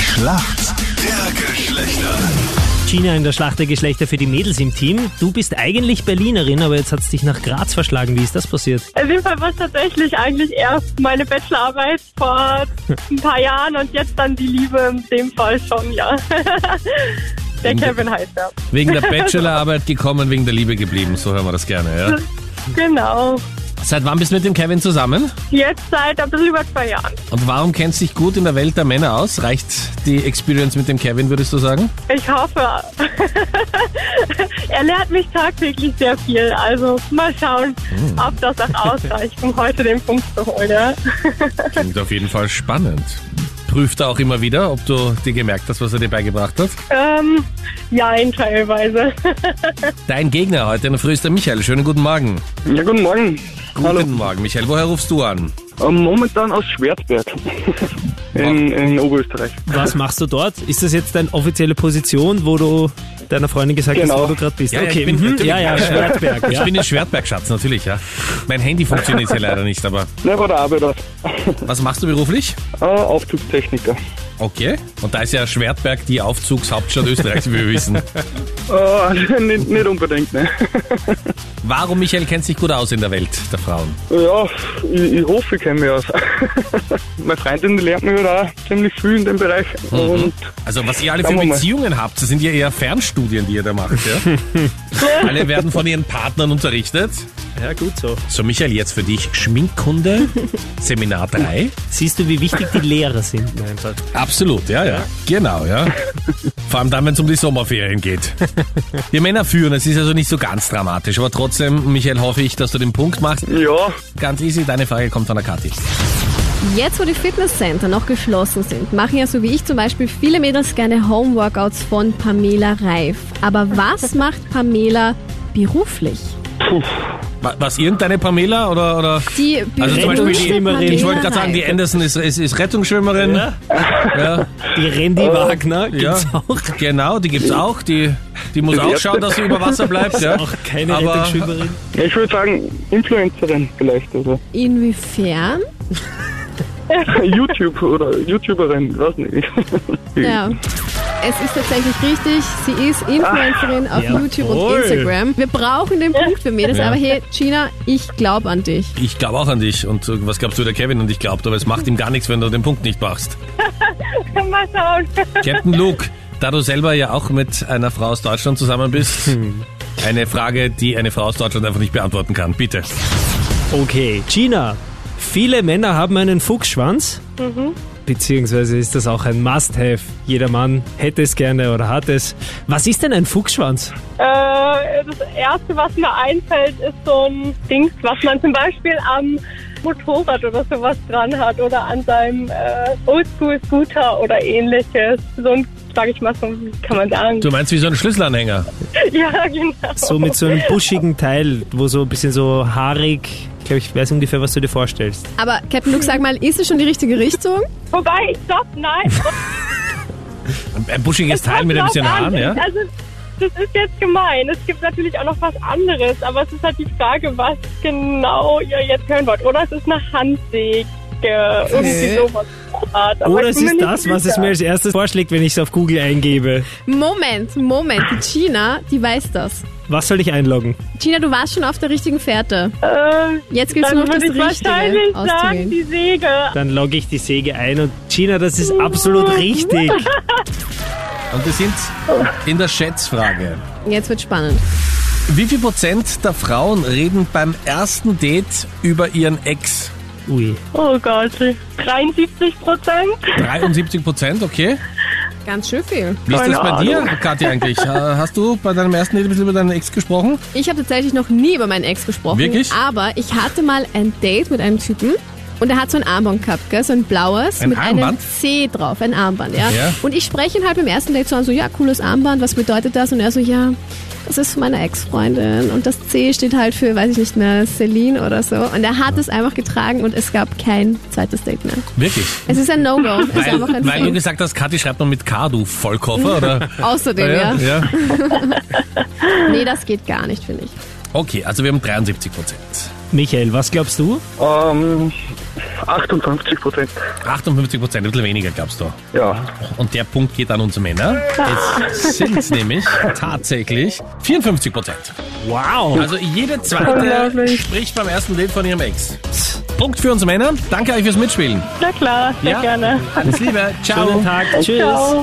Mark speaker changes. Speaker 1: Schlacht der Geschlechter.
Speaker 2: Gina in der Schlacht der Geschlechter für die Mädels im Team. Du bist eigentlich Berlinerin, aber jetzt hat es dich nach Graz verschlagen. Wie ist das passiert?
Speaker 3: Auf jeden Fall war es tatsächlich eigentlich erst meine Bachelorarbeit vor ein paar Jahren und jetzt dann die Liebe in dem Fall schon, ja. Der Kevin heißt er.
Speaker 4: Wegen der Bachelorarbeit gekommen, wegen der Liebe geblieben. So hören wir das gerne, ja?
Speaker 3: Genau.
Speaker 4: Seit wann bist du mit dem Kevin zusammen?
Speaker 3: Jetzt seit ein bisschen über zwei Jahren.
Speaker 4: Und warum kennst du dich gut in der Welt der Männer aus? Reicht die Experience mit dem Kevin, würdest du sagen?
Speaker 3: Ich hoffe. er lehrt mich tagtäglich sehr viel. Also mal schauen, ob das auch ausreicht, um heute den Punkt zu holen. Ja?
Speaker 4: Klingt auf jeden Fall spannend. Prüft er auch immer wieder, ob du dir gemerkt hast, was er dir beigebracht hat?
Speaker 3: Ähm, ja, teilweise.
Speaker 4: Dein Gegner heute in der Früh ist der Michael. Schönen guten Morgen.
Speaker 5: Ja, guten Morgen.
Speaker 4: Guten Morgen, Michael. Woher rufst du an?
Speaker 5: Ähm, Momentan aus Schwertberg in, in Oberösterreich.
Speaker 2: Was machst du dort? Ist das jetzt deine offizielle Position, wo du deiner Freundin gesagt hast,
Speaker 5: Genau.
Speaker 2: wo du gerade bist?
Speaker 4: Ja, ja,
Speaker 2: okay,
Speaker 4: ich bin-
Speaker 2: mhm.
Speaker 4: natürlich.
Speaker 2: ja, ja, Schwertberg.
Speaker 4: Ich
Speaker 2: Ja.
Speaker 4: bin in Schwertberg, Schatz, natürlich, ja. Mein Handy funktioniert hier leider nicht, aber
Speaker 5: Na, bei der Arbeit aus.
Speaker 4: was machst du beruflich?
Speaker 5: Äh, Aufzugstechniker.
Speaker 4: Okay. Und da ist ja Schwertberg die Aufzugshauptstadt Österreichs, wie wir wissen.
Speaker 5: Äh, nicht, nicht unbedingt, ne?
Speaker 4: Warum, Michael, kennt sich gut aus in der Welt der Frauen?
Speaker 5: Ja, ich, ich hoffe, ich kenne mich aus. Meine Freundin die lernt mich halt auch ziemlich viel in dem Bereich. Und
Speaker 4: Also, was ihr alle für
Speaker 5: Schauen wir mal.
Speaker 4: Beziehungen habt, das sind ja eher Fernstudien, die ihr da macht, ja? alle werden von ihren Partnern unterrichtet.
Speaker 2: ja, gut so.
Speaker 4: So, Michael, jetzt für dich Schminkkunde, Seminar 3.
Speaker 2: Siehst du, wie wichtig die Lehrer sind? Einfach.
Speaker 4: Absolut, ja, ja. Genau, ja. Vor allem dann, wenn es um die Sommerferien geht. Wir Männer führen, es ist also nicht so ganz dramatisch, aber trotzdem, Michael, hoffe ich, dass du den Punkt machst.
Speaker 5: ja,
Speaker 4: Ganz easy, deine Frage kommt von der Kathi.
Speaker 6: Jetzt, wo die Fitnesscenter noch geschlossen sind, machen ja so wie ich zum Beispiel viele Mädels gerne Homeworkouts von Pamela Reif. Aber was macht Pamela beruflich?
Speaker 4: Wa- Was irgendeine Pamela oder? oder?
Speaker 6: Die
Speaker 4: Also zum Beispiel die,
Speaker 6: berühmte
Speaker 2: Schwimmerin.
Speaker 4: ich wollte gerade
Speaker 6: Pamela
Speaker 4: sagen, die
Speaker 6: Reif.
Speaker 4: Anderson ist, ist, ist Rettungsschwimmerin.
Speaker 2: Ja.
Speaker 4: Ja,
Speaker 2: Die Randy Wagner
Speaker 4: ja.
Speaker 2: gibt's auch.
Speaker 4: Genau, die gibt's auch. Die, die muss auch
Speaker 5: Ärzte.
Speaker 4: schauen, dass sie über Wasser bleibt. Ja.
Speaker 2: Auch keine
Speaker 4: Aber-
Speaker 2: Rettungsschwimmerin.
Speaker 5: ich würde sagen, Influencerin vielleicht. also. Oder
Speaker 6: Inwiefern?
Speaker 5: YouTube oder YouTuberin, weiß nicht.
Speaker 4: Hm.
Speaker 6: Ja. Es ist tatsächlich richtig, sie
Speaker 4: Ah.
Speaker 6: ist Influencerin auf
Speaker 2: Jawohl.
Speaker 6: YouTube und Instagram. Wir brauchen den Punkt für Mädels,
Speaker 4: Ja.
Speaker 6: aber hey, Gina, ich glaube an dich.
Speaker 4: Ich glaube auch an dich. Und äh, was glaubst du, der Kevin an dich glaubt? Aber es macht ihm gar nichts, wenn du den Punkt nicht machst.
Speaker 3: mal schauen.
Speaker 4: Captain Luke, da du selber ja auch mit einer Frau aus Deutschland zusammen bist,
Speaker 2: Hm.
Speaker 4: eine Frage, die eine Frau aus Deutschland einfach nicht beantworten kann. Bitte.
Speaker 2: Okay, Gina. Viele Männer haben einen Fuchsschwanz.
Speaker 3: Mhm.
Speaker 2: Beziehungsweise ist das auch ein Must-Have. Jeder Mann hätte es gerne oder hat es. Was ist denn ein Fuchsschwanz?
Speaker 3: Äh, das erste, was mir einfällt, ist so ein Ding, was man zum Beispiel am Motorrad oder sowas dran hat oder an seinem äh, Oldschool-Scooter oder ähnliches. So ein, sag ich mal, so ein, wie kann man sagen.
Speaker 4: Du meinst wie so ein Schlüsselanhänger?
Speaker 3: Ja, genau.
Speaker 2: So mit so einem buschigen Teil, wo so ein bisschen so haarig. Ich glaube, ich weiß ungefähr, was du dir vorstellst.
Speaker 6: Aber Captain Luke, sag mal, ist es schon die richtige Richtung?
Speaker 3: Wobei, stopp, nein.
Speaker 4: Ein- Ein buschiges Teil mit ein
Speaker 3: Kommt
Speaker 4: bisschen
Speaker 3: drauf
Speaker 4: Haaren,
Speaker 3: an.
Speaker 4: ja?
Speaker 3: Also, das ist jetzt gemein. Es gibt natürlich auch noch was anderes, aber es ist halt die Frage, was genau ihr jetzt hören wollt. Oder es ist eine Handsäge, irgendwie sowas. Art. Aber
Speaker 2: Oder
Speaker 3: ich
Speaker 2: es
Speaker 3: bin
Speaker 2: ist
Speaker 3: mir
Speaker 2: das,
Speaker 3: nicht
Speaker 2: was es
Speaker 3: sicher.
Speaker 2: mir als erstes vorschlägt, wenn ich es auf Google eingebe.
Speaker 6: Moment, Moment, die Gina, die weiß das.
Speaker 2: Was soll ich einloggen?
Speaker 6: Gina, du warst schon auf der richtigen Fährte.
Speaker 3: Äh,
Speaker 6: Jetzt gilt es
Speaker 3: dann
Speaker 6: nur noch das
Speaker 3: würde ich
Speaker 6: Richtige
Speaker 3: wahrscheinlich sagen,
Speaker 6: auszuwählen.
Speaker 3: die Säge.
Speaker 2: Dann logge ich die Säge ein und Gina, das ist absolut richtig.
Speaker 4: Und wir sind in der Schätzfrage.
Speaker 6: Jetzt wird spannend.
Speaker 4: Wie viel Prozent der Frauen reden beim ersten Date über ihren Ex?
Speaker 2: Ui.
Speaker 3: Oh Gott, 73 Prozent.
Speaker 4: 73 Prozent, okay.
Speaker 6: Ganz schön viel.
Speaker 4: Wie ist das
Speaker 5: Keine
Speaker 4: bei dir, Kathi, eigentlich? Äh, Hast du bei deinem ersten Date ein bisschen über deinen Ex gesprochen?
Speaker 6: Ich habe tatsächlich noch nie über meinen Ex gesprochen.
Speaker 4: Wirklich?
Speaker 6: Aber ich hatte mal ein Date mit einem Typen. Und er hat so ein Armband gehabt, gell? so ein blaues
Speaker 4: Ein
Speaker 6: mit einem
Speaker 4: Armband?
Speaker 6: C drauf, ein Armband, ja.
Speaker 4: Ja.
Speaker 6: Und ich spreche ihn halt beim ersten Date so an, so, ja, cooles Armband, was bedeutet das? Und er so, ja, das ist von meiner Ex-Freundin und das C steht halt für, weiß ich nicht mehr, Celine oder so. Und er hat es einfach getragen und es gab kein zweites Date mehr.
Speaker 4: Wirklich?
Speaker 6: Es ist ein No-Go. Es ist
Speaker 4: Weil,
Speaker 6: einfach ein
Speaker 4: weil du
Speaker 6: Fail.
Speaker 4: gesagt hast, Kathi schreibt man mit K, du Vollkoffer, oder?
Speaker 6: Außerdem, ja.
Speaker 4: ja.
Speaker 6: Nee, das geht gar nicht, finde ich.
Speaker 4: Okay, also wir haben 73 Prozent.
Speaker 2: Michael, was glaubst du?
Speaker 5: Ähm, 58 Prozent.
Speaker 4: 58 Prozent, ein bisschen weniger, glaubst du.
Speaker 5: Ja.
Speaker 4: Und der Punkt geht an uns Männer. Jetzt sind es nämlich tatsächlich 54 Prozent.
Speaker 2: Wow.
Speaker 4: Also jede zweite
Speaker 3: Unglaublich.
Speaker 4: spricht beim ersten Date von ihrem Ex. Punkt für uns Männer. Danke euch fürs Mitspielen.
Speaker 3: Na klar, sehr
Speaker 4: Ja.
Speaker 3: gerne.
Speaker 4: Alles Liebe. Ciao.
Speaker 2: Schönen Tag. Tschüss.
Speaker 3: Ciao.